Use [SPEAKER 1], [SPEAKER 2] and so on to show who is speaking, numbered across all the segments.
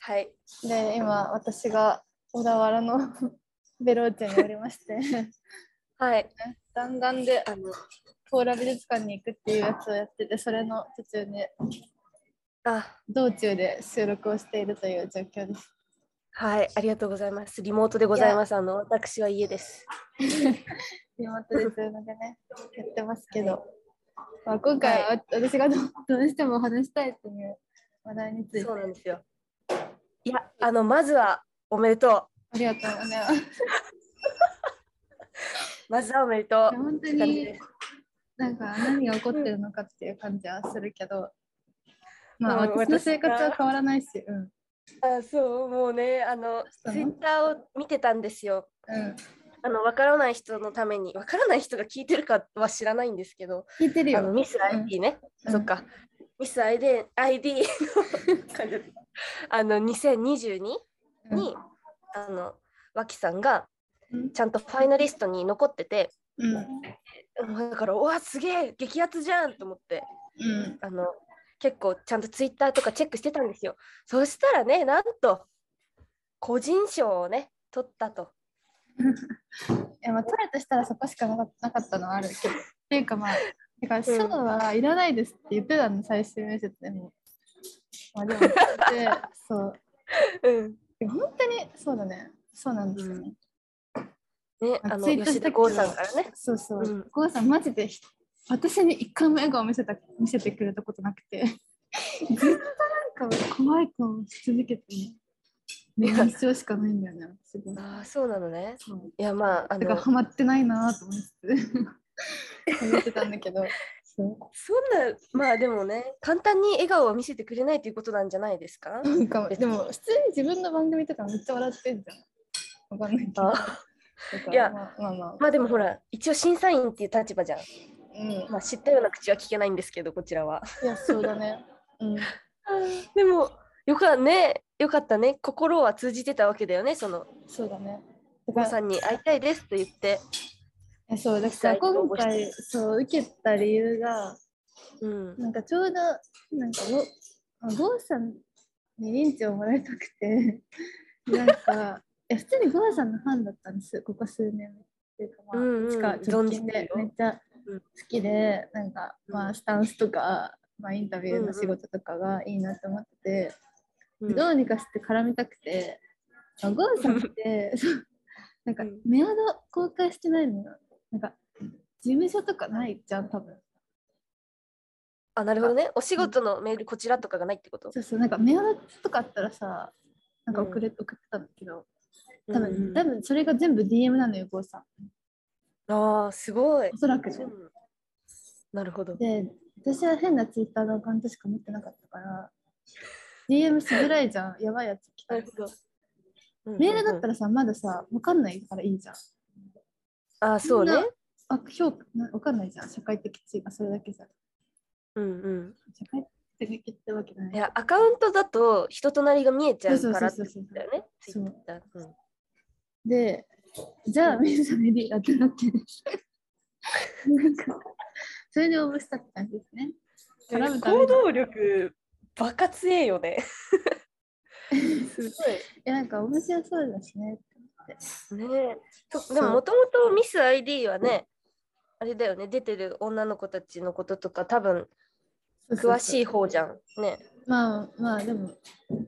[SPEAKER 1] はい。
[SPEAKER 2] で今私が小田原の ベローチェにおりまして
[SPEAKER 1] はい。
[SPEAKER 2] 弾丸であのポーラ美術館に行くっていうやつをやっててそれの途中に
[SPEAKER 1] あ、
[SPEAKER 2] 道中で収録をしているという状況です。
[SPEAKER 1] はい。ありがとうございます。リモートでございます。あの、私は家です。
[SPEAKER 2] リモートでズームでね、やってますけど、まあ、今回は私がどどうしても話したいっていう話題について、
[SPEAKER 1] そうなんですよ。いや、あの、まずはおめでと
[SPEAKER 2] ありがとうね。
[SPEAKER 1] う。まずはおめでとう。
[SPEAKER 2] 本当
[SPEAKER 1] って感じ
[SPEAKER 2] に
[SPEAKER 1] です
[SPEAKER 2] なんか何が起こってるのかっていう感じはするけど、まあ
[SPEAKER 1] うん
[SPEAKER 2] 私の
[SPEAKER 1] 私が
[SPEAKER 2] 生活は変わらないし、うん。
[SPEAKER 1] あ、そう、もうね、あの、
[SPEAKER 2] どうしたの
[SPEAKER 1] ツイッターを見てたんですよ。
[SPEAKER 2] うん、
[SPEAKER 1] あの、わからない人のために、わからない人が聞いてるかは知らないんですけど、
[SPEAKER 2] 聞いてる
[SPEAKER 1] あの
[SPEAKER 2] よ。
[SPEAKER 1] ミス ID ね、
[SPEAKER 2] うん
[SPEAKER 1] そっか、ミス ID, ID の感じあの2022に、
[SPEAKER 2] うん
[SPEAKER 1] あの脇さんが
[SPEAKER 2] うん
[SPEAKER 1] ちゃんとファイナリストに残ってて、
[SPEAKER 2] うん、
[SPEAKER 1] うんだから、うわ、すげえ、激アツじゃんと思って、
[SPEAKER 2] うん、
[SPEAKER 1] あの結構ちゃんとツイッターとかチェックしてたんですよ。そしたらね、なんと、個人賞をね、取ったと。
[SPEAKER 2] いやまあ取れとしたらそこしかなかなかったのはあるけど。っていうかまあ、だから賞はいらないですって言ってたの、最終面接でも。まあ でも、でそう。
[SPEAKER 1] うん
[SPEAKER 2] でも本当にそうだね。そうなんですよね。
[SPEAKER 1] ね、
[SPEAKER 2] ま
[SPEAKER 1] あの
[SPEAKER 2] ツイート
[SPEAKER 1] 吉
[SPEAKER 2] し
[SPEAKER 1] 田
[SPEAKER 2] たけど
[SPEAKER 1] 剛さんからね。。。
[SPEAKER 2] そうそううん剛、さん、マジでひ私に一回も笑顔見せた見せてくれたことなく て、ずっとなんか怖い顔し続けてね、
[SPEAKER 1] や
[SPEAKER 2] 印象しかないんだよね。すごい。
[SPEAKER 1] ああ、そうなのね。
[SPEAKER 2] そう
[SPEAKER 1] いや、まあ、あ
[SPEAKER 2] だから
[SPEAKER 1] の
[SPEAKER 2] ハマってないなと思って思ってたんだけど、 そ
[SPEAKER 1] そんな、まあでもね、簡単に笑顔を見せてくれないということなんじゃないですか
[SPEAKER 2] うなんかでも普通に自分の番組とかめっちゃ笑ってんじゃん。わかんないけど。
[SPEAKER 1] あ
[SPEAKER 2] だから
[SPEAKER 1] いや
[SPEAKER 2] まあまあまあ、
[SPEAKER 1] まあでもほら、一応審査員っていう立場じゃん。
[SPEAKER 2] うん、い
[SPEAKER 1] まあ知ったような口は聞けないんですけど、こちらは。
[SPEAKER 2] やそうだね。うん、
[SPEAKER 1] でも、よかね、よかったね。心は通じてたわけだよね、その、
[SPEAKER 2] そうだね。だ
[SPEAKER 1] お子
[SPEAKER 2] から
[SPEAKER 1] さんに会いたいですと言って。
[SPEAKER 2] えそうだ
[SPEAKER 1] 実
[SPEAKER 2] から
[SPEAKER 1] 際に応
[SPEAKER 2] 今
[SPEAKER 1] 募して
[SPEAKER 2] 回そう受けた理由が
[SPEAKER 1] うん。
[SPEAKER 2] なんかちょうどなんかごあゴーさんに認知をもらいたくて なんかえ普通にゴーさんのファンだったんですここ数年っていうかまあ、
[SPEAKER 1] うんうん
[SPEAKER 2] 近直
[SPEAKER 1] 存じ
[SPEAKER 2] 近
[SPEAKER 1] てる
[SPEAKER 2] で
[SPEAKER 1] よ
[SPEAKER 2] めっちゃ好
[SPEAKER 1] うん
[SPEAKER 2] きで、なんかま
[SPEAKER 1] う
[SPEAKER 2] あ
[SPEAKER 1] ん
[SPEAKER 2] スタンスとか、まあ、インタビューの仕事とかがいいなと思ってて。
[SPEAKER 1] うん
[SPEAKER 2] どうにかして絡みたくて、まあゴーさんって、 そうなんか
[SPEAKER 1] うん
[SPEAKER 2] メアド公開してないのよ。なんか事務所とかないじゃん、多分。
[SPEAKER 1] あ、なるほどね。お仕事のメール、こちらとかがないってこと
[SPEAKER 2] そうそう、なんかメアドとかあったらさ、なんか送れ、送ってたんだけど、多分、
[SPEAKER 1] うんうん
[SPEAKER 2] 多分それが全部 DM なのよ、ゴーさん。
[SPEAKER 1] ああ、すごい
[SPEAKER 2] お。そらくね。
[SPEAKER 1] うんなるほど。
[SPEAKER 2] で、私は変なツイッターのアカウントしか持ってなかったから、DM しづらいじゃん、やばいやつ来た
[SPEAKER 1] な
[SPEAKER 2] ら
[SPEAKER 1] る。ほど。うんうんうん
[SPEAKER 2] メールだったらさ、まださ、わかんないからいいじゃん。
[SPEAKER 1] ああ、そうね
[SPEAKER 2] みん。なあ、評価、なわかんないじゃん、社会的地位がそれだけじゃん。
[SPEAKER 1] うんうん。
[SPEAKER 2] 社会的ってわけない
[SPEAKER 1] い。やアカウントだと人となりが見えちゃうからって
[SPEAKER 2] そうそうそうそう
[SPEAKER 1] ことだよね。
[SPEAKER 2] そう
[SPEAKER 1] Twitter うん
[SPEAKER 2] で、じゃあ、ミスメリーだってなって。なんか、それで応募したって感じですね。絡むため
[SPEAKER 1] 行
[SPEAKER 2] に
[SPEAKER 1] 動力バカ強えよ ね。 す
[SPEAKER 2] え、なんか面白そうだしね。
[SPEAKER 1] ごい。ねえ
[SPEAKER 2] そう
[SPEAKER 1] でももともとミス ID はね、あれだよね、出てる女の子たちのこととか多分詳し
[SPEAKER 2] い。
[SPEAKER 1] い方じゃん。ね。
[SPEAKER 2] まあまあ、でも、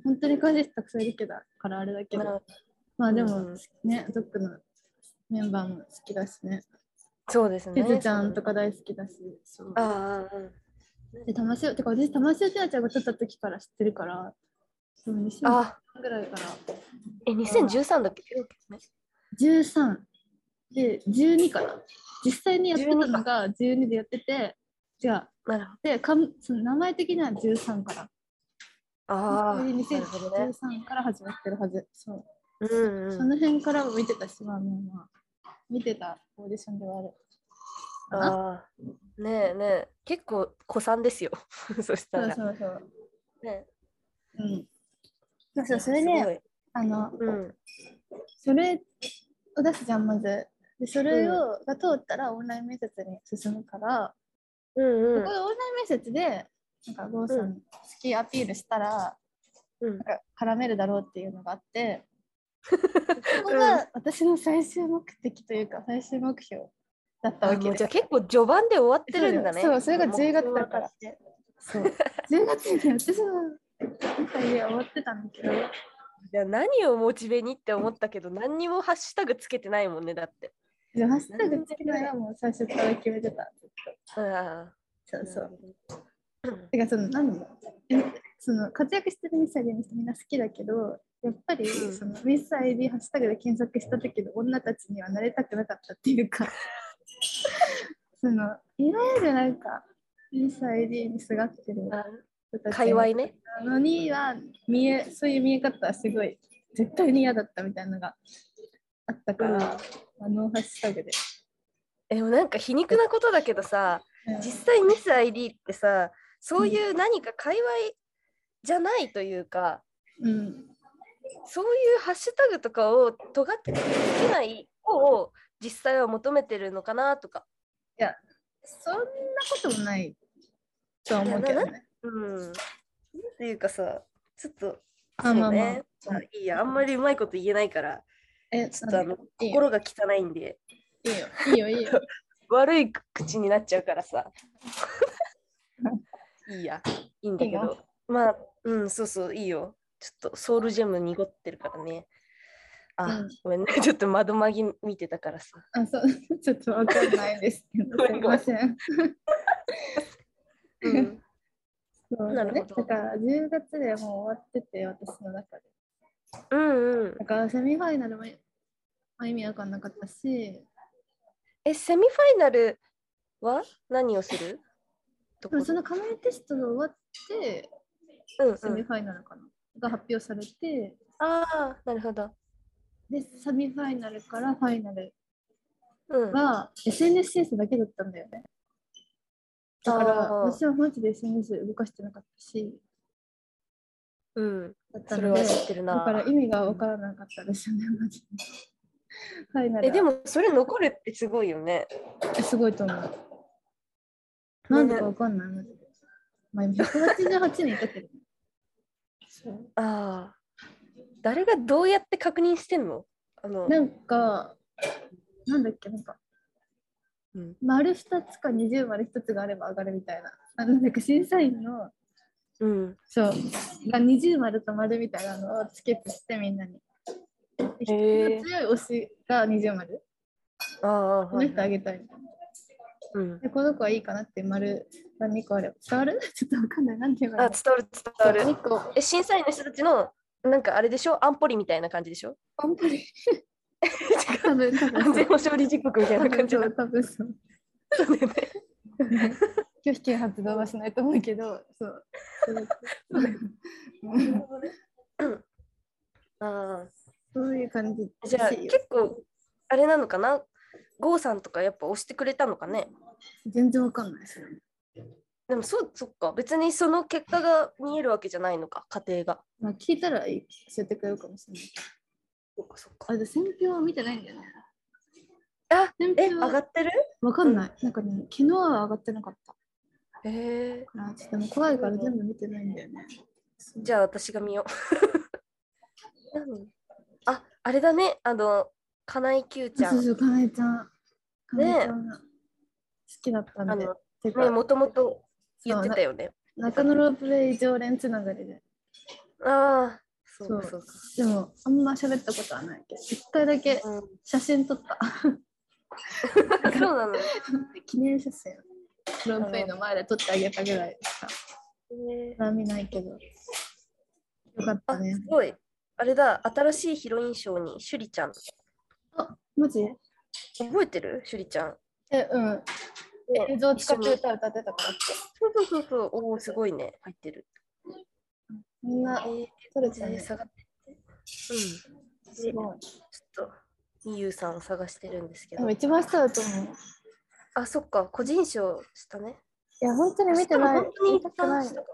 [SPEAKER 2] 本当に詳しい人たくさんいるけど、からあれだけ
[SPEAKER 1] ま
[SPEAKER 2] ど
[SPEAKER 1] あ。
[SPEAKER 2] まあで
[SPEAKER 1] う
[SPEAKER 2] も
[SPEAKER 1] ん、
[SPEAKER 2] ね、ドックのメンバーも好きだしね。
[SPEAKER 1] そうです
[SPEAKER 2] て
[SPEAKER 1] ね。
[SPEAKER 2] ずちゃんとか大好きだし。そう
[SPEAKER 1] ああ。ああ
[SPEAKER 2] で、玉城、てか私、玉城てなちゃんが撮った時から知ってるから、そう、
[SPEAKER 1] あ
[SPEAKER 2] 2 0年
[SPEAKER 1] あ
[SPEAKER 2] ぐらいから。
[SPEAKER 1] え、2013だっけ
[SPEAKER 2] 13で12かな実際にやってたのが12でやっててじゃあ
[SPEAKER 1] なるほど。
[SPEAKER 2] でかんその名前的には13から
[SPEAKER 1] ああ。なるほどね。
[SPEAKER 2] 2013から始まってるはずそう、
[SPEAKER 1] うんうん
[SPEAKER 2] そ。の辺からも見てたしまあまあまあ見てたオーディションではあるかな
[SPEAKER 1] ああ、ねえねえ、結構子さんですよ。 そしたら。
[SPEAKER 2] そうそうそう
[SPEAKER 1] ね
[SPEAKER 2] うんそう
[SPEAKER 1] え
[SPEAKER 2] そうそれ
[SPEAKER 1] すご
[SPEAKER 2] で
[SPEAKER 1] い
[SPEAKER 2] あの
[SPEAKER 1] うん。
[SPEAKER 2] それを出すじゃんまずでそれを、が通ったらオンライン面接に進むから、
[SPEAKER 1] うんうん
[SPEAKER 2] ここでオンライン面接で、なんか、ゴーさ
[SPEAKER 1] うん
[SPEAKER 2] ん好きアピールしたら、
[SPEAKER 1] うん
[SPEAKER 2] なんか絡めるだろうっていうのがあ って、そこが私の最終目的というか最終目標だったわけ
[SPEAKER 1] もう
[SPEAKER 2] で
[SPEAKER 1] じゃあ結構序盤で終わってるんだね。
[SPEAKER 2] そうだよそうそれが10月だから
[SPEAKER 1] 目標分って
[SPEAKER 2] そう10月にやってそうなんか終わってたんだけど
[SPEAKER 1] じゃあ何をモチベにって思ったけど、何にもハッシュタグつけてないもんね、だって。
[SPEAKER 2] でハッシュタグつけないのはもう最初から決めてた
[SPEAKER 1] うん。
[SPEAKER 2] そうそう
[SPEAKER 1] うん
[SPEAKER 2] てかそのなんだろうえその活躍してるミス ID の人みんな好きだけどやっぱり
[SPEAKER 1] うん
[SPEAKER 2] そのミス ID ハッシュタグで検索した時の女たちにはなれたくなかったっていう かそのいわゆるなんかミス ID にすがってる
[SPEAKER 1] あ
[SPEAKER 2] 人たち
[SPEAKER 1] 界隈ね。
[SPEAKER 2] のには見えそういう見え方はすごい絶対に嫌だったみたいなのがあったから、
[SPEAKER 1] うん
[SPEAKER 2] あのハッシュタグで、
[SPEAKER 1] えでもなんか皮肉なことだけどさ、
[SPEAKER 2] うん
[SPEAKER 1] 実際ミス ID ってさ、そういう何か界隈じゃないというか、
[SPEAKER 2] うん、
[SPEAKER 1] そういうハッシュタグとかを尖ってつけない子を実際は求めてるのかなとか。
[SPEAKER 2] そんなこともないとは思うけどね
[SPEAKER 1] うん。なんていうかさ、ちょっと、
[SPEAKER 2] まあま
[SPEAKER 1] そ
[SPEAKER 2] あまあ
[SPEAKER 1] うねまあいいや、あんまりうまいこと言えないから、
[SPEAKER 2] え
[SPEAKER 1] ちょっとあの
[SPEAKER 2] いいよ
[SPEAKER 1] 心が汚いんで、
[SPEAKER 2] いいよいいよいいよ
[SPEAKER 1] 悪い口になっちゃうから さ。いいや、いいんだけ
[SPEAKER 2] いい
[SPEAKER 1] ど。まあ、うん、そうそう、いいよ。ちょっとソウルジェム濁ってるからね。あ、
[SPEAKER 2] うん
[SPEAKER 1] ごめんね。 ちょっと窓まぎ見てたからさ。
[SPEAKER 2] あそう ちょっとわかんないですけど
[SPEAKER 1] ご
[SPEAKER 2] す
[SPEAKER 1] め
[SPEAKER 2] い
[SPEAKER 1] んごめ
[SPEAKER 2] ま
[SPEAKER 1] ん
[SPEAKER 2] せん
[SPEAKER 1] うん、
[SPEAKER 2] そう
[SPEAKER 1] なる
[SPEAKER 2] ね
[SPEAKER 1] ほど
[SPEAKER 2] だから10月でもう終わってて私の中で
[SPEAKER 1] うんうん。
[SPEAKER 2] だからセミファイナルも、まあ、意味わかんなかったし
[SPEAKER 1] え、セミファイナルは何をすると
[SPEAKER 2] でもその加盟テストが終わって
[SPEAKER 1] うんうん
[SPEAKER 2] セミファイナルかな、が発表されて
[SPEAKER 1] ああ、なるほど。
[SPEAKER 2] でセミファイナルからファイナル
[SPEAKER 1] うん。
[SPEAKER 2] が SNS 審査だけだったんだよねだから
[SPEAKER 1] あー
[SPEAKER 2] 私はマジで SNS 動かしてなかったし
[SPEAKER 1] うん。
[SPEAKER 2] だった
[SPEAKER 1] それ
[SPEAKER 2] ので
[SPEAKER 1] は知ってる
[SPEAKER 2] だから
[SPEAKER 1] な。
[SPEAKER 2] 意味がわからなかったですよね、マジで。ファイナル
[SPEAKER 1] え、
[SPEAKER 2] は
[SPEAKER 1] でもそれ残るってすごいよね。
[SPEAKER 2] すごいと思う。なんでかわかんない、マジで。まあ、188人いたけど。そう
[SPEAKER 1] ああ。誰がどうやって確認してんのあの、
[SPEAKER 2] なんか、なんだっけ、なんか、
[SPEAKER 1] うん
[SPEAKER 2] 丸2つか20丸1つがあれば上がるみたいな。あのなんか審査員の、
[SPEAKER 1] うん。
[SPEAKER 2] そう、が20丸と丸みたいなのをつけてしてみんなに。で
[SPEAKER 1] へー
[SPEAKER 2] 人の強い推しが20丸。
[SPEAKER 1] ああ、は
[SPEAKER 2] この
[SPEAKER 1] い
[SPEAKER 2] 人あげたいみたいな。
[SPEAKER 1] うん。
[SPEAKER 2] でこの子はいいかなって丸が2個あれば伝わる ちょっとわかんない。なんていうの
[SPEAKER 1] あ、伝わる伝わる。
[SPEAKER 2] 2個。
[SPEAKER 1] え、審査員の人たちの、なんかあれでしょ安保理みたいな感じで しょ
[SPEAKER 2] パンプリ。
[SPEAKER 1] 違う
[SPEAKER 2] 多分、多
[SPEAKER 1] 安
[SPEAKER 2] 分
[SPEAKER 1] 全保障理事国みたい
[SPEAKER 2] 多
[SPEAKER 1] な感
[SPEAKER 2] 分
[SPEAKER 1] じ
[SPEAKER 2] そ
[SPEAKER 1] だ
[SPEAKER 2] う。多分そう。
[SPEAKER 1] ったんだよね。
[SPEAKER 2] 拒否権発動はしないと思うけど、そう。うん
[SPEAKER 1] うんあ
[SPEAKER 2] そういう感じ
[SPEAKER 1] あ。じ ゃあ、結構、あれなのかな郷さんとかやっぱ押してくれたのかね
[SPEAKER 2] 全然わかんないですよね。
[SPEAKER 1] でもそう、そっか。別にその結果が見えるわけじゃないのか、過程が。
[SPEAKER 2] まあ、聞いたら教えてくれるかもしれない。
[SPEAKER 1] そっかそっか。
[SPEAKER 2] あ、で、選票は見てないんだよね。
[SPEAKER 1] あ
[SPEAKER 2] 選
[SPEAKER 1] え、
[SPEAKER 2] 票
[SPEAKER 1] 上が
[SPEAKER 2] は
[SPEAKER 1] ってる
[SPEAKER 2] わかんない。なんかね、昨日は上がってなかった。
[SPEAKER 1] へえ
[SPEAKER 2] からちょっともう怖いから全部見てないんだよね。
[SPEAKER 1] じゃあ私が見よう。何あ、あれだね。あの、金井久ちゃ
[SPEAKER 2] そうそ
[SPEAKER 1] ん。
[SPEAKER 2] う、かなえちゃん。か
[SPEAKER 1] ねえ
[SPEAKER 2] なえちゃんが好きだった
[SPEAKER 1] あ
[SPEAKER 2] んで。
[SPEAKER 1] の、
[SPEAKER 2] て
[SPEAKER 1] ね、
[SPEAKER 2] か、
[SPEAKER 1] もともと言
[SPEAKER 2] そ
[SPEAKER 1] っ
[SPEAKER 2] う
[SPEAKER 1] てたよね。
[SPEAKER 2] な中野ロープウェイ常連つながりで。
[SPEAKER 1] ああ、そう
[SPEAKER 2] そう
[SPEAKER 1] かそうか。
[SPEAKER 2] でも、あんま喋ったことはないけど、一回だけ
[SPEAKER 1] うん、
[SPEAKER 2] 写真撮った。
[SPEAKER 1] そうなの。へ
[SPEAKER 2] 記念写真。ロープウェイの前で撮ってあげたぐらいしか。
[SPEAKER 1] え
[SPEAKER 2] まあ見ないけど。よかっ
[SPEAKER 1] あ、
[SPEAKER 2] たね
[SPEAKER 1] す。ごい。あれだ、新しいヒロイン賞に、シュリちゃん。
[SPEAKER 2] あ、マジ
[SPEAKER 1] 覚えてるシュリちゃん。
[SPEAKER 2] え、うん。映像使って歌歌ってたからって。
[SPEAKER 1] そうそうそうそう。おお、すごいね。入ってる。
[SPEAKER 2] みん
[SPEAKER 1] え
[SPEAKER 2] な
[SPEAKER 1] ー、
[SPEAKER 2] 撮れて
[SPEAKER 1] 全
[SPEAKER 2] た
[SPEAKER 1] 然
[SPEAKER 2] ね。
[SPEAKER 1] 下がってって。うん。
[SPEAKER 2] すごい。
[SPEAKER 1] ちょっと、みゆうさんを探してるんですけ
[SPEAKER 2] でも
[SPEAKER 1] ど。
[SPEAKER 2] 一番下だと思う。
[SPEAKER 1] あ、そっか、個人賞したね。
[SPEAKER 2] いや、本当に見てない。
[SPEAKER 1] 本当に
[SPEAKER 2] 見たくない。
[SPEAKER 1] 一
[SPEAKER 2] 本
[SPEAKER 1] 番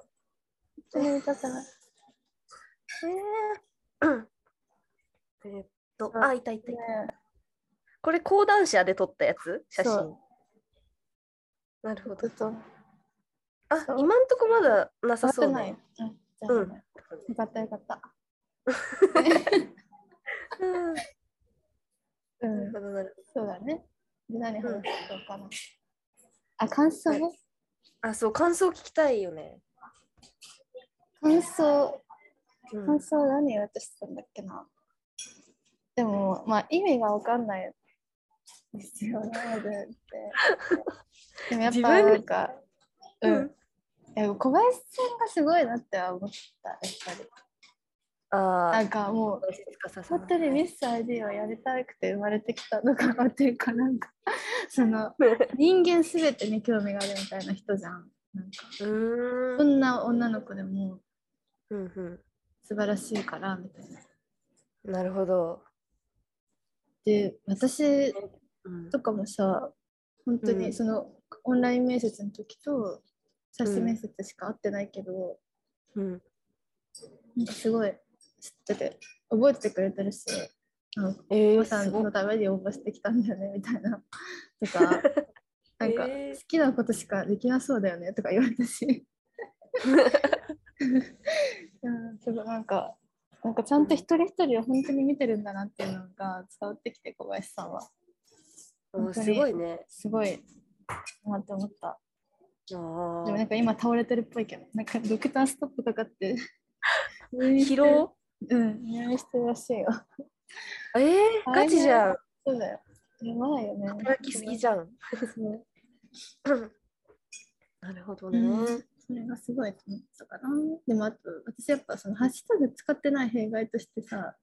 [SPEAKER 2] 当に見たくない。
[SPEAKER 1] えー、えーっと、あ、いたいたい
[SPEAKER 2] ね
[SPEAKER 1] た。これ、講談社で撮ったやつ写真
[SPEAKER 2] そ。
[SPEAKER 1] なる
[SPEAKER 2] え、
[SPEAKER 1] ほ
[SPEAKER 2] ち
[SPEAKER 1] ど
[SPEAKER 2] ょっ。と、
[SPEAKER 1] あ
[SPEAKER 2] そ、う
[SPEAKER 1] 今んとこまだなさ
[SPEAKER 2] 触
[SPEAKER 1] そ
[SPEAKER 2] っ
[SPEAKER 1] う
[SPEAKER 2] てない
[SPEAKER 1] ね。
[SPEAKER 2] よ。うんじゃあ、
[SPEAKER 1] うん
[SPEAKER 2] よかったよかった。
[SPEAKER 1] うんな
[SPEAKER 2] う
[SPEAKER 1] る
[SPEAKER 2] ん、
[SPEAKER 1] ほどなるほ
[SPEAKER 2] そうだね。で、何話そうかな。あ、感想、
[SPEAKER 1] はいどあそう感想聞きたいよね、
[SPEAKER 2] 感想、
[SPEAKER 1] うん
[SPEAKER 2] 感想何言おうとしてたんだっけな。でも、まあ、意味がわかんないですよね、全然 でもやっぱ
[SPEAKER 1] 自分で
[SPEAKER 2] なんか、うん。
[SPEAKER 1] うん
[SPEAKER 2] いや小林さんがすごいなって思った、やっぱり。な
[SPEAKER 1] あ
[SPEAKER 2] んかもう、
[SPEAKER 1] あ静香さん
[SPEAKER 2] 本当にミス ID をやりたくて生まれてきたのかなっていうかな んかその人間すべてに興味があるみたいな人じゃんなんか
[SPEAKER 1] うー
[SPEAKER 2] ど
[SPEAKER 1] ん
[SPEAKER 2] んな女の子でも
[SPEAKER 1] うんう
[SPEAKER 2] 素晴らしいからみたいなん
[SPEAKER 1] なるほど、
[SPEAKER 2] で私
[SPEAKER 1] うん
[SPEAKER 2] とかもさ本当
[SPEAKER 1] うん
[SPEAKER 2] にその、オンライン面接の時と写
[SPEAKER 1] う
[SPEAKER 2] 真
[SPEAKER 1] ん
[SPEAKER 2] 面接しか会ってないけど、
[SPEAKER 1] うん、
[SPEAKER 2] なんかすごい知ってて覚えてくれてるしあの
[SPEAKER 1] え
[SPEAKER 2] お
[SPEAKER 1] ー、
[SPEAKER 2] 子さ
[SPEAKER 1] す
[SPEAKER 2] ん
[SPEAKER 1] ごい
[SPEAKER 2] のために応募してきたんだよねみたいなと かなんか、
[SPEAKER 1] えー
[SPEAKER 2] 好きなことしかできなそうだよねとか言われたしうんすごいなんかなんかちゃんと一人一人を本当に見てるんだなっていうのが伝わってきて小林さんは
[SPEAKER 1] おすごいね
[SPEAKER 2] すごいなって思った
[SPEAKER 1] あ
[SPEAKER 2] でもなん
[SPEAKER 1] ー
[SPEAKER 2] か今倒れてるっぽいけどなんかドクターストップとかって入院して
[SPEAKER 1] 疲
[SPEAKER 2] る
[SPEAKER 1] 労
[SPEAKER 2] うん入院してるらしいよ
[SPEAKER 1] えー、ガチじゃん
[SPEAKER 2] そうだよやばいよね
[SPEAKER 1] 働きすぎじゃん
[SPEAKER 2] そう
[SPEAKER 1] なるほどね。
[SPEAKER 2] うんそれがすごいと思ったかな。でもあと、私やっぱそのハッシュタグ使ってない弊害としてさ、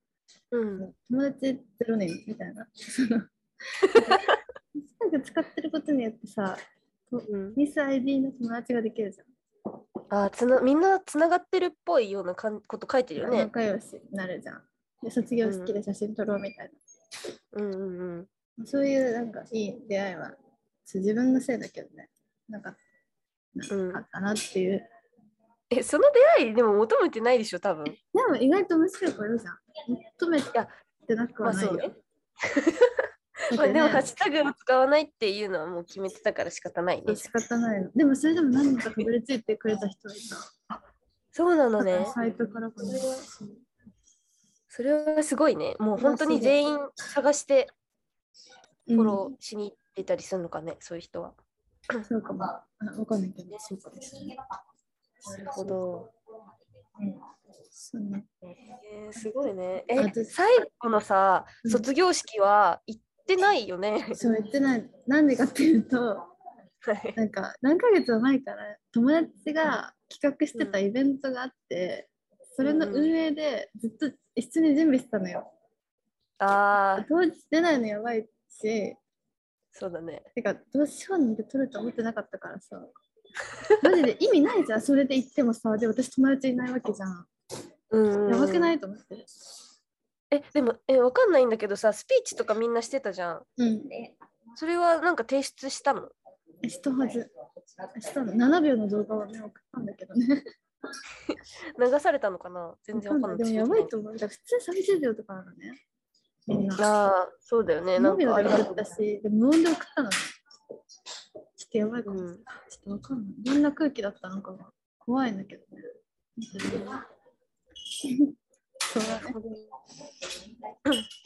[SPEAKER 1] うん。
[SPEAKER 2] 友達ゼロ人みた いな。そのハッシュタグ使ってることによってさ、
[SPEAKER 1] うん、
[SPEAKER 2] ミス ID の友達ができるじ
[SPEAKER 1] あつなみんなつながってるっぽいようなかんこと書いてる
[SPEAKER 2] ゃ
[SPEAKER 1] よ
[SPEAKER 2] ん。
[SPEAKER 1] ね。
[SPEAKER 2] 仲良しになるじゃん。で、卒業式で写真撮ろうみたい
[SPEAKER 1] うんうんうん。
[SPEAKER 2] な。そういうなんかいい出会いは、そう自分のせいだけどね、なんか、
[SPEAKER 1] うん
[SPEAKER 2] あったなっていう。
[SPEAKER 1] えその出会いでも求めてないでしょ多分。
[SPEAKER 2] でも意外と面白い子いるじゃん。求めてなく
[SPEAKER 1] ま
[SPEAKER 2] は
[SPEAKER 1] あ
[SPEAKER 2] ない
[SPEAKER 1] そ
[SPEAKER 2] よ。
[SPEAKER 1] うね。ま
[SPEAKER 2] だっ
[SPEAKER 1] あ
[SPEAKER 2] てね
[SPEAKER 1] でもハッシュタグを使わないっていうのはもう決めてたから仕方ないね。
[SPEAKER 2] 仕方ないの。でもそれでも何人かかぶりついてくれた人がいた。
[SPEAKER 1] そうなのね。
[SPEAKER 2] サイトからかな。
[SPEAKER 1] それはすごいね。もう本当に全員探してフォローしに行ってたりするのかね、そういう人は。
[SPEAKER 2] うんそうかも。あわかんないけど、そうかも。
[SPEAKER 1] なるほど。
[SPEAKER 2] うんそうね。
[SPEAKER 1] えー、すごいね。え
[SPEAKER 2] 私
[SPEAKER 1] 最後のさ
[SPEAKER 2] うん
[SPEAKER 1] 卒業式は行ってないよね。
[SPEAKER 2] そう言ってない。なんでかっていうと、
[SPEAKER 1] はい
[SPEAKER 2] なんか何ヶ月も前から友達が企画してたイベントがあって、それの運営でずっと一緒に準備してたのよ。
[SPEAKER 1] ああ、
[SPEAKER 2] 当日出ないのやばいし、
[SPEAKER 1] そうだね。
[SPEAKER 2] てかどうしようなんて取ると思ってなかったからさマジで意味ないじゃんそれで行ってもさで私友達いないわけじゃん
[SPEAKER 1] うん
[SPEAKER 2] やばくないいと思って
[SPEAKER 1] え、でも、え、わかんないんだけどさ、スピーチとかみんなしてたじゃん。
[SPEAKER 2] うん
[SPEAKER 1] それはなんか提出したの
[SPEAKER 2] したはずしたの7秒の動画をね送ったんだけどね
[SPEAKER 1] 流されたのかな全然わかんない。
[SPEAKER 2] でもやばいと思うだから普通30秒とかなのねみんな
[SPEAKER 1] ああ、そうだよね。な
[SPEAKER 2] 7
[SPEAKER 1] んか
[SPEAKER 2] 秒
[SPEAKER 1] あ
[SPEAKER 2] で
[SPEAKER 1] れだ
[SPEAKER 2] 送
[SPEAKER 1] と
[SPEAKER 2] ったしで無音で送ったのねちょっとやばいかも、
[SPEAKER 1] うん
[SPEAKER 2] ちょっとわかんないどんな空気だったのかが怖いんだけどね見てるそうだね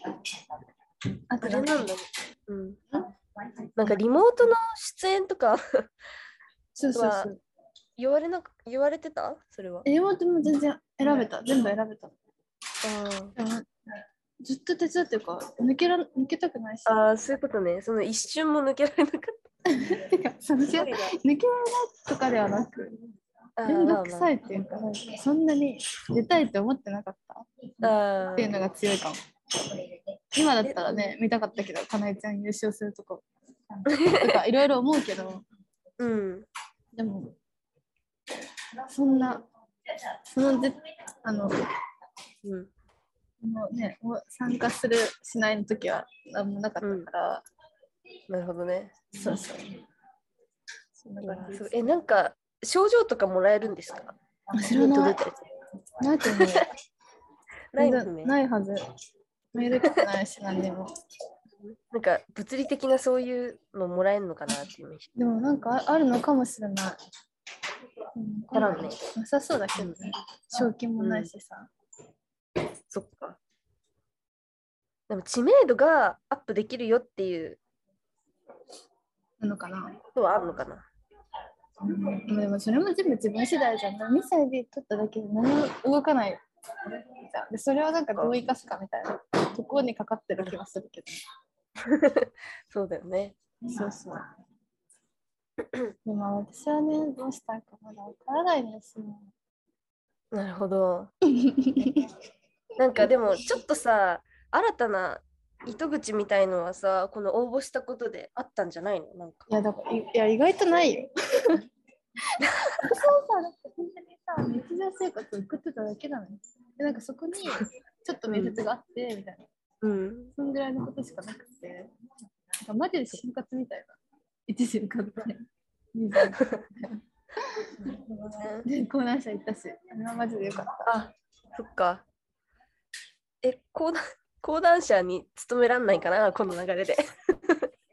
[SPEAKER 2] あ
[SPEAKER 1] あ
[SPEAKER 2] と
[SPEAKER 1] れなん
[SPEAKER 2] ね
[SPEAKER 1] だね。うん。なんかリモートの出演とか
[SPEAKER 2] そうそうそう
[SPEAKER 1] 言われなく言われてたそれは。
[SPEAKER 2] 英語でも全然選べた、全部選べた。でもずっと手伝ってるから、抜けら抜けたくないし。
[SPEAKER 1] ああ、そういうことね。その一瞬も抜けられなかって
[SPEAKER 2] か、その抜け
[SPEAKER 1] た
[SPEAKER 2] ら
[SPEAKER 1] り
[SPEAKER 2] れ
[SPEAKER 1] だ。
[SPEAKER 2] ないとかではなく、
[SPEAKER 1] あー
[SPEAKER 2] めんどく
[SPEAKER 1] まあまあ
[SPEAKER 2] さいっていうか、なんかそんなに出たいって思ってなかった
[SPEAKER 1] あ
[SPEAKER 2] っていう
[SPEAKER 1] ー
[SPEAKER 2] のが強いかも。今だったらね、見たかったけど、かなえちゃん優勝するとこ。とか、いろいろ思うけど、
[SPEAKER 1] うん。
[SPEAKER 2] でも、そんな、そのぜ、あの、
[SPEAKER 1] うん。
[SPEAKER 2] もうね、もう参加する、しないの時は、なんもなかったから。
[SPEAKER 1] なるほどね。
[SPEAKER 2] そうそう。そんな
[SPEAKER 1] うわ
[SPEAKER 2] 感じ
[SPEAKER 1] す
[SPEAKER 2] で
[SPEAKER 1] ごい
[SPEAKER 2] す。
[SPEAKER 1] え、なんか賞状とかもらえるんですか
[SPEAKER 2] あ知らない。
[SPEAKER 1] 届いたや
[SPEAKER 2] ないと思う。
[SPEAKER 1] つないで
[SPEAKER 2] 全
[SPEAKER 1] すね
[SPEAKER 2] 然。ないはず。メール来てないし、何でも。
[SPEAKER 1] なんか物理的なそういうのもらえるのかなっていうイメージ。
[SPEAKER 2] でもなんかああるのかもしれない。うん
[SPEAKER 1] からんね
[SPEAKER 2] なさそうだけどね。賞金もないしさ。
[SPEAKER 1] そっか。でも知名度がアップできるよっていう
[SPEAKER 2] なのかな。
[SPEAKER 1] のはあるのかな。
[SPEAKER 2] うんでもそれも全部自分次第じゃん。2歳で取っただけで何も動かないじゃん。でそれをなんかどう生かすかみたいなところにかかってる気がするけ
[SPEAKER 1] そうだよね。
[SPEAKER 2] ど。そうそう。でも私はね、どうしたいかまだわからないですね。
[SPEAKER 1] なるほ ど。なんかでもちょっとさ、新たな糸口みたいのはさ、この応募したことであったんじゃないのなんか
[SPEAKER 2] い。やだからいいや意外とないよ。そうさ、だって本当にさ、日常生活を送ってただけなのに。で、なんかそこにちょっと面接があって、みたいな、
[SPEAKER 1] うん。
[SPEAKER 2] そんぐらいのことしかなくて、なんかマジで就活みたいな。一週間みたいな。二週間みたいなで、講談社行ったし、あれはマジでよかった。
[SPEAKER 1] あ、そっか。え、講談 講談社に勤めらんないかな、この流 れで。
[SPEAKER 2] い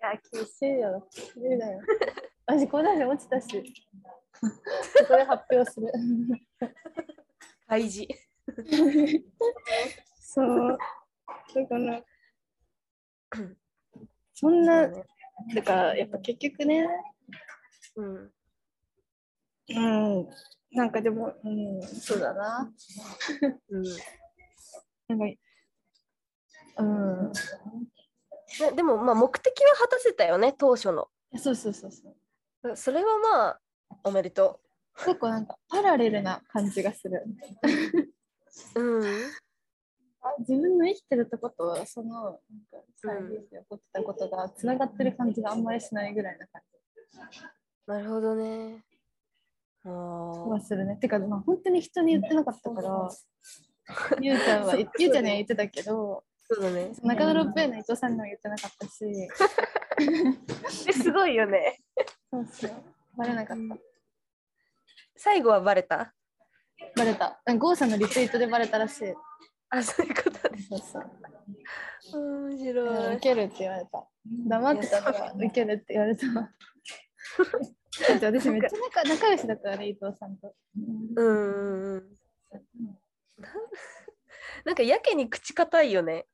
[SPEAKER 2] や、厳しいよ。無理だよ。私、講談社落ちたし、そこで発表する。
[SPEAKER 1] 開示。
[SPEAKER 2] そう。だから、そんな、
[SPEAKER 1] ね。
[SPEAKER 2] だからやっぱ結局ね、
[SPEAKER 1] うん。
[SPEAKER 2] うん、なんかでも、うん、そうだな。
[SPEAKER 1] うん、
[SPEAKER 2] なんか、うん、
[SPEAKER 1] ででも、まあ、目的は果たせたよね、当初の。
[SPEAKER 2] そうそうそうそう。
[SPEAKER 1] それはまあ、おめでと
[SPEAKER 2] 結構なんかパラレルな感じがする。
[SPEAKER 1] う。うん。
[SPEAKER 2] あ自分の生きてるとこと、その、なんか、さ
[SPEAKER 1] うん
[SPEAKER 2] 人生で起こってたことがつながってる感じがあんまりしないぐらいな感じ
[SPEAKER 1] なるほどね。あ
[SPEAKER 2] が
[SPEAKER 1] ー
[SPEAKER 2] するね。てか、まあ、本当に人に言ってなかったから、ゆうちゃんは、
[SPEAKER 1] そう
[SPEAKER 2] ゆうちゃんには言ってたけど、
[SPEAKER 1] そうだね。
[SPEAKER 2] 中野ロッペの伊藤さんには言ってなかったし、
[SPEAKER 1] すごいよね。
[SPEAKER 2] そうそう、バレなかった。
[SPEAKER 1] 最後はバレた
[SPEAKER 2] バレた。なんかゴーさんのリツイートでバレたらしい。
[SPEAKER 1] あ、そういうことね。
[SPEAKER 2] そうそう。
[SPEAKER 1] 面
[SPEAKER 2] うん
[SPEAKER 1] 白
[SPEAKER 2] ウ
[SPEAKER 1] い。
[SPEAKER 2] ケるって言われた。黙ってたからウケるって言われ た。だって私めっちゃ仲仲良しだからね、伊藤さんと。
[SPEAKER 1] うんうんうん。なんかやけに口固いよね。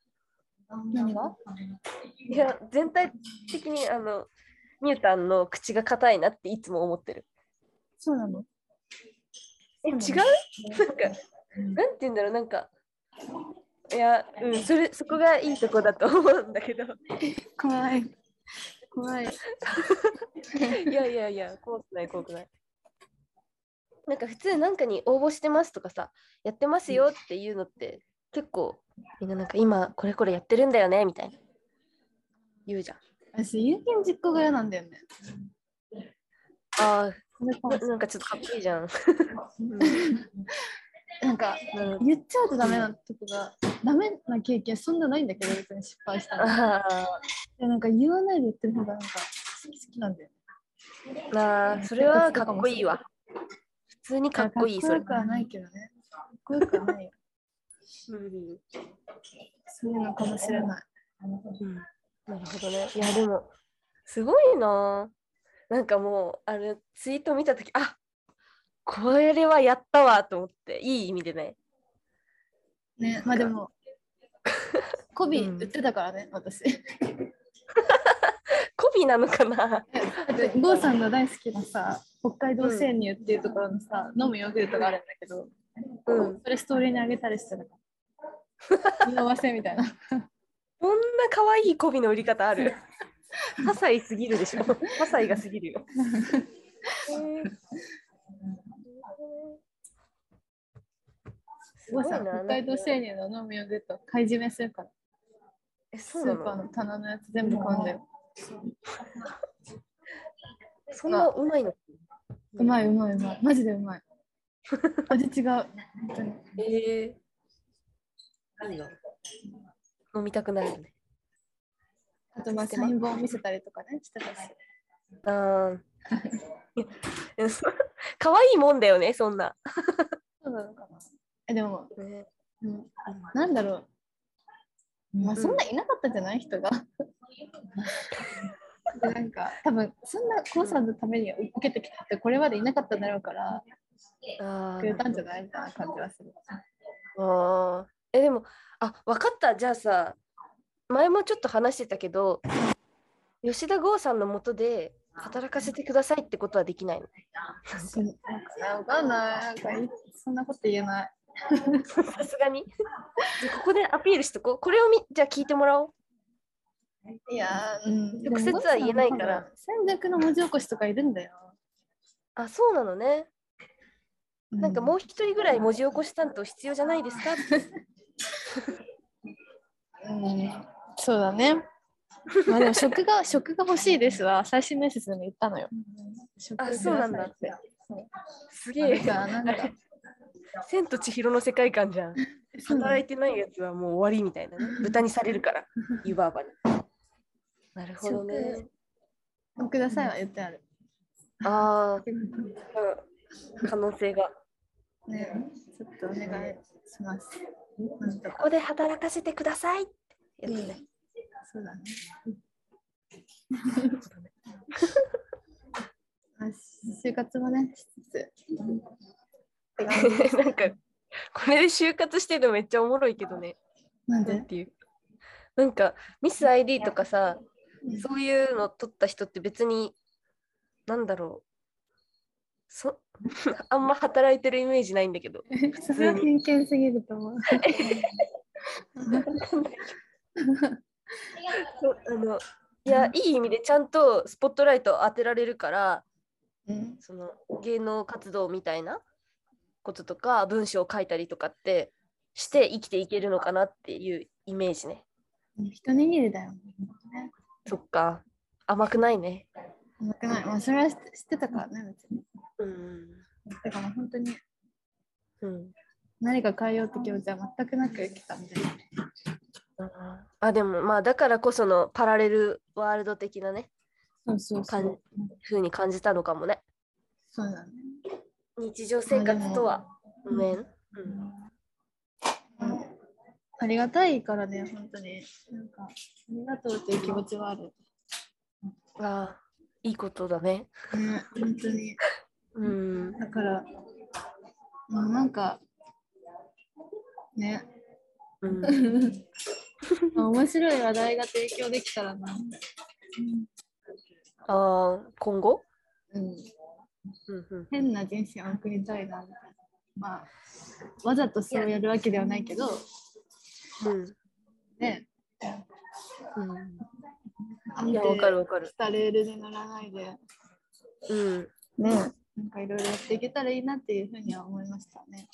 [SPEAKER 2] 何が
[SPEAKER 1] いや、全体的にあの、ミュータンの口が硬いなっていつも思ってる。
[SPEAKER 2] そうなの
[SPEAKER 1] え、違う
[SPEAKER 2] う
[SPEAKER 1] なんんか、なんて言うんだろう、なんか、いや、うん、それ、そこがいいとこだと思うんだけ ど、
[SPEAKER 2] 怖い。怖い。
[SPEAKER 1] いやいやいや、怖くない、怖くない。なんか普通なんかに応募してますとかさ、やってますよっていうのって、結構、みんななんか今、これこれやってるんだよね、みたいな。言うじゃん。
[SPEAKER 2] 私、有言実行が嫌なんだよね。
[SPEAKER 1] あ
[SPEAKER 2] これ
[SPEAKER 1] あ、
[SPEAKER 2] 怖
[SPEAKER 1] ないなんかちょっとかっこいいじゃん。うん
[SPEAKER 2] なんか、
[SPEAKER 1] うん
[SPEAKER 2] 言っちゃうとダメなとこが、ダメな経験そんなないんだけど、別に失敗したら。
[SPEAKER 1] ああ。
[SPEAKER 2] でなんか言わないで言ってる方がなんか好き好きなんだよね。
[SPEAKER 1] なあ、それはかっこいいわ。普通にかっこいい、そ
[SPEAKER 2] かっ
[SPEAKER 1] れ
[SPEAKER 2] こよ。くはないけどね。かっこよくはないよ。
[SPEAKER 1] うん
[SPEAKER 2] そういうのかもしれない。
[SPEAKER 1] うんなるほどね。いや、でも、すごいなあ。なんかもう、あれ、ツイート見たとき、あこれはやったわと思って、いい意味でね。
[SPEAKER 2] ね、まあでも、コビ
[SPEAKER 1] うん
[SPEAKER 2] 売ってたからね、私。
[SPEAKER 1] コビなのかな
[SPEAKER 2] ゴーさんの大好きなさ、北海道生乳っていうところのさ、飲むヨーグルトがあるんだけど、
[SPEAKER 1] うん
[SPEAKER 2] それストーリーにあげたりしてたから。匂わせみたいな。
[SPEAKER 1] こんな可愛いコビの売り方あ る。ハサイすぎるでしょ。ハサイがすぎる よ。す
[SPEAKER 2] ゴ
[SPEAKER 1] ごい
[SPEAKER 2] ーさ
[SPEAKER 1] な。
[SPEAKER 2] ん、
[SPEAKER 1] な
[SPEAKER 2] 北
[SPEAKER 1] ん
[SPEAKER 2] 海道
[SPEAKER 1] か
[SPEAKER 2] 生乳の飲むヨーグルト買い占めするから、
[SPEAKER 1] え
[SPEAKER 2] ス
[SPEAKER 1] そうな
[SPEAKER 2] ーパー
[SPEAKER 1] の
[SPEAKER 2] の棚のやつ全部買うんだよ。
[SPEAKER 1] そんなうまいの
[SPEAKER 2] うまいうまいうまい。マジでう まい。味違う。本当に。
[SPEAKER 1] ええ何だ飲みたくなるね。
[SPEAKER 2] あとまあサイン本を見せたりとかね、してたし。
[SPEAKER 1] ああ。いやそ 可愛いもんだよね、そんな。
[SPEAKER 2] そうなのかな。え、でも、
[SPEAKER 1] ね
[SPEAKER 2] うん、なんだ ろう。まあ、そんないなかったじゃない人が。でなんか多分そんなコンさんのために受けてきたってこれまでいなかったんだろうから
[SPEAKER 1] あ
[SPEAKER 2] くれ
[SPEAKER 1] ー
[SPEAKER 2] たんじゃないみたいな感じはする。
[SPEAKER 1] あーえでもあ分かったじゃあさ前もちょっと話してたけど吉田剛さんのもとで働かせてくださいってことはできないの
[SPEAKER 2] そなんかわかんない。なんかいそんなこと言えない。
[SPEAKER 1] さす がにじゃあここでアピールしとこうこれをみじゃあ聞いてもらおう
[SPEAKER 2] いやー、うん、
[SPEAKER 1] 直接は言えないから
[SPEAKER 2] でも。戦略の文字起こしとかいるんだよ。
[SPEAKER 1] あそうなのねなんかも
[SPEAKER 2] う
[SPEAKER 1] う一人ぐらい文字起こし担当必要じゃないですかって
[SPEAKER 2] ん、うん、そうだね。まあでも職が職が欲しいですわ。最新面接でも言ったのよ。職
[SPEAKER 1] あそうなんだ
[SPEAKER 2] くさいって。
[SPEAKER 1] すげ
[SPEAKER 2] なん
[SPEAKER 1] え
[SPEAKER 2] かなんか
[SPEAKER 1] 「千と千尋の世界観じゃん働いてないやつはもう終わりみたいなね豚にされるから湯婆婆になるほどね
[SPEAKER 2] くださいは言ってある。
[SPEAKER 1] ああ可能性が
[SPEAKER 2] ね、ちょっとお願いします。なんと
[SPEAKER 1] こ
[SPEAKER 2] か。
[SPEAKER 1] こで働かせてくださいってやつね
[SPEAKER 2] そうだね。まあ就活もね、しつつ。って感 じ
[SPEAKER 1] なんかこれで就活してるのめっちゃおもろいけどね
[SPEAKER 2] なん
[SPEAKER 1] な
[SPEAKER 2] で
[SPEAKER 1] んていうなんかミス ID とかさ
[SPEAKER 2] うん
[SPEAKER 1] そういうの取った人って別に、なんだろう。 そあんま働いてるイメージないんだけど。
[SPEAKER 2] それは偏見すぎると思う。
[SPEAKER 1] そうあのいや、いい意味でちゃんとスポットライト当てられるから、
[SPEAKER 2] うん、
[SPEAKER 1] その芸能活動みたいなこととか、文章を書いたりとかってして生きていけるのかなっていうイメージね。
[SPEAKER 2] 一握りだよ。
[SPEAKER 1] そっか。甘くないね。
[SPEAKER 2] 甘くない。まあ、それは知ってたからね、別に。
[SPEAKER 1] うん。
[SPEAKER 2] だから本当に
[SPEAKER 1] うん、
[SPEAKER 2] 何か変えようって気持ちは全くなく来たみたいな。
[SPEAKER 1] あ、でもまあ、だからこそのパラレルワールド的なね。
[SPEAKER 2] そうそうそ
[SPEAKER 1] 感
[SPEAKER 2] う。
[SPEAKER 1] ふうに感じたのかもね。
[SPEAKER 2] そうだね。
[SPEAKER 1] 日常生活とは無縁。
[SPEAKER 2] うんありがたいからね、本当に。なんか、ありがとうっていう気持ちはある。
[SPEAKER 1] うん、ああ、いいことだね。
[SPEAKER 2] ね、本当に。
[SPEAKER 1] うん。
[SPEAKER 2] だから、まあ、なんか、ね、
[SPEAKER 1] うん、
[SPEAKER 2] まあ面白い話題が提供できたらな。
[SPEAKER 1] ああ、今後、
[SPEAKER 2] うん、
[SPEAKER 1] うんうん、
[SPEAKER 2] 変な人生を送りたいな。まあ、わざとそうやるわけではないけど、
[SPEAKER 1] う
[SPEAKER 2] ね、
[SPEAKER 1] ん。う
[SPEAKER 2] 安
[SPEAKER 1] ん。いや、
[SPEAKER 2] 定
[SPEAKER 1] わかるわかる
[SPEAKER 2] し。たレールに乗らないで、ね、
[SPEAKER 1] うん。
[SPEAKER 2] なんかいろいろやっていけたらいいなっていうふうには思いましたね。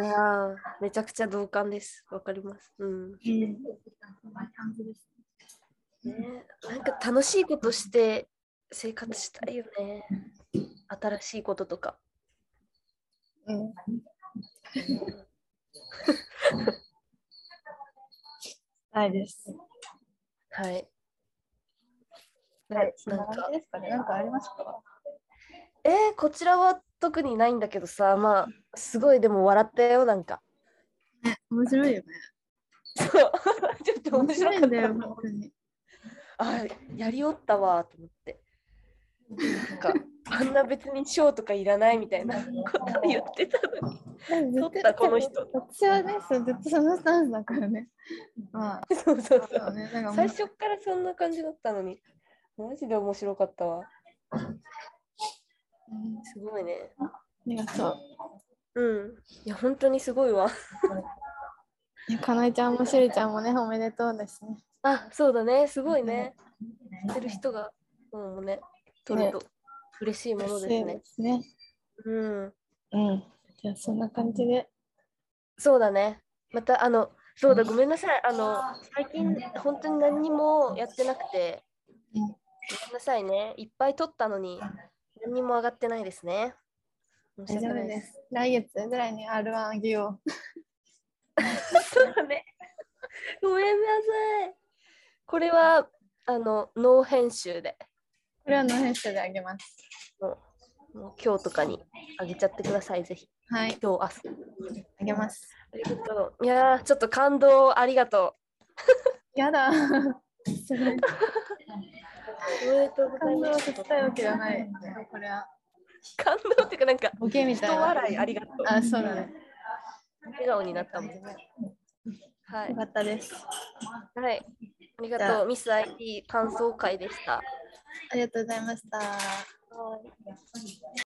[SPEAKER 1] いやーめちゃくちゃ同感です。わかります。うん。
[SPEAKER 2] うん。そんな感じです。
[SPEAKER 1] ね、なんか楽しいことして生活したいよね。新しいこととか。
[SPEAKER 2] うん。ないです。
[SPEAKER 1] はい。
[SPEAKER 2] はい、そん
[SPEAKER 1] な
[SPEAKER 2] なん
[SPEAKER 1] か
[SPEAKER 2] 感じですかね。なんかありますか
[SPEAKER 1] えーこちらは特にないんだけどさ、まあ、すごいでも笑ったよ、なんか。
[SPEAKER 2] ね、面白いよね。
[SPEAKER 1] そう。 ちょっと面白
[SPEAKER 2] 面白
[SPEAKER 1] か
[SPEAKER 2] い
[SPEAKER 1] っ
[SPEAKER 2] ん
[SPEAKER 1] た
[SPEAKER 2] だよ、本当に。
[SPEAKER 1] あ、やりおったわ、と思って。なんか、あんな別に賞とかいらないみたいなこと言ってたのに。
[SPEAKER 2] 撮
[SPEAKER 1] 撮ったこの人
[SPEAKER 2] 私はね、そうずっとそのスタンスだからね。まあ、
[SPEAKER 1] そうそうそ
[SPEAKER 2] そう
[SPEAKER 1] う。
[SPEAKER 2] ね、なんか
[SPEAKER 1] 最
[SPEAKER 2] 面白
[SPEAKER 1] 初
[SPEAKER 2] い
[SPEAKER 1] からそんな感じだったのに。マジで面白かったわ。すごいね。
[SPEAKER 2] うんなんかそう。
[SPEAKER 1] うん。いや、本当にすごいわ。
[SPEAKER 2] いやかなえちゃんもしゅりちゃんもね、おめでとうですね。
[SPEAKER 1] あ、そうだね。すごいね。知ってる人が、うん、ね、取ると嬉しいものです
[SPEAKER 2] 嬉しい
[SPEAKER 1] ね
[SPEAKER 2] で。すね。
[SPEAKER 1] うん、
[SPEAKER 2] うん。じゃあ、そんな感じで。
[SPEAKER 1] そうだね。またあの、そうだ、ごめんなさい。あの、最近本当に何にもやってなくて、
[SPEAKER 2] う
[SPEAKER 1] ご
[SPEAKER 2] ん
[SPEAKER 1] めんなさいね。いっぱい撮ったのに、何にも上がってないですね。申し
[SPEAKER 2] 大
[SPEAKER 1] 訳な
[SPEAKER 2] 丈
[SPEAKER 1] い
[SPEAKER 2] 夫で
[SPEAKER 1] です。
[SPEAKER 2] す。来月ぐらいに R1 あげよう。
[SPEAKER 1] そうだね。 ごめんなさい。これは、あの、ノー編集で、
[SPEAKER 2] これはの編集であげます。
[SPEAKER 1] もう今日とかに上げちゃってください、ぜひ。
[SPEAKER 2] はい、
[SPEAKER 1] 今日、明日。
[SPEAKER 2] あげます。
[SPEAKER 1] ありがとう。いやー、ちょっと感動をありがとう。
[SPEAKER 2] やだ。すごい。
[SPEAKER 1] おめでとうござい
[SPEAKER 2] 感動
[SPEAKER 1] ま
[SPEAKER 2] は
[SPEAKER 1] す。
[SPEAKER 2] 絶対わけじゃないんだよ、これは。
[SPEAKER 1] 感動っていうか、なんか、
[SPEAKER 2] ボケみたい
[SPEAKER 1] 人
[SPEAKER 2] な。
[SPEAKER 1] 笑いありがとう。
[SPEAKER 2] あ、そうだね。
[SPEAKER 1] 笑顔になったもん。は
[SPEAKER 2] よ
[SPEAKER 1] い。
[SPEAKER 2] かったです。
[SPEAKER 1] はい。ありが
[SPEAKER 2] じゃ
[SPEAKER 1] とう。ミス IT 感想会でした。
[SPEAKER 2] ありがとうございました。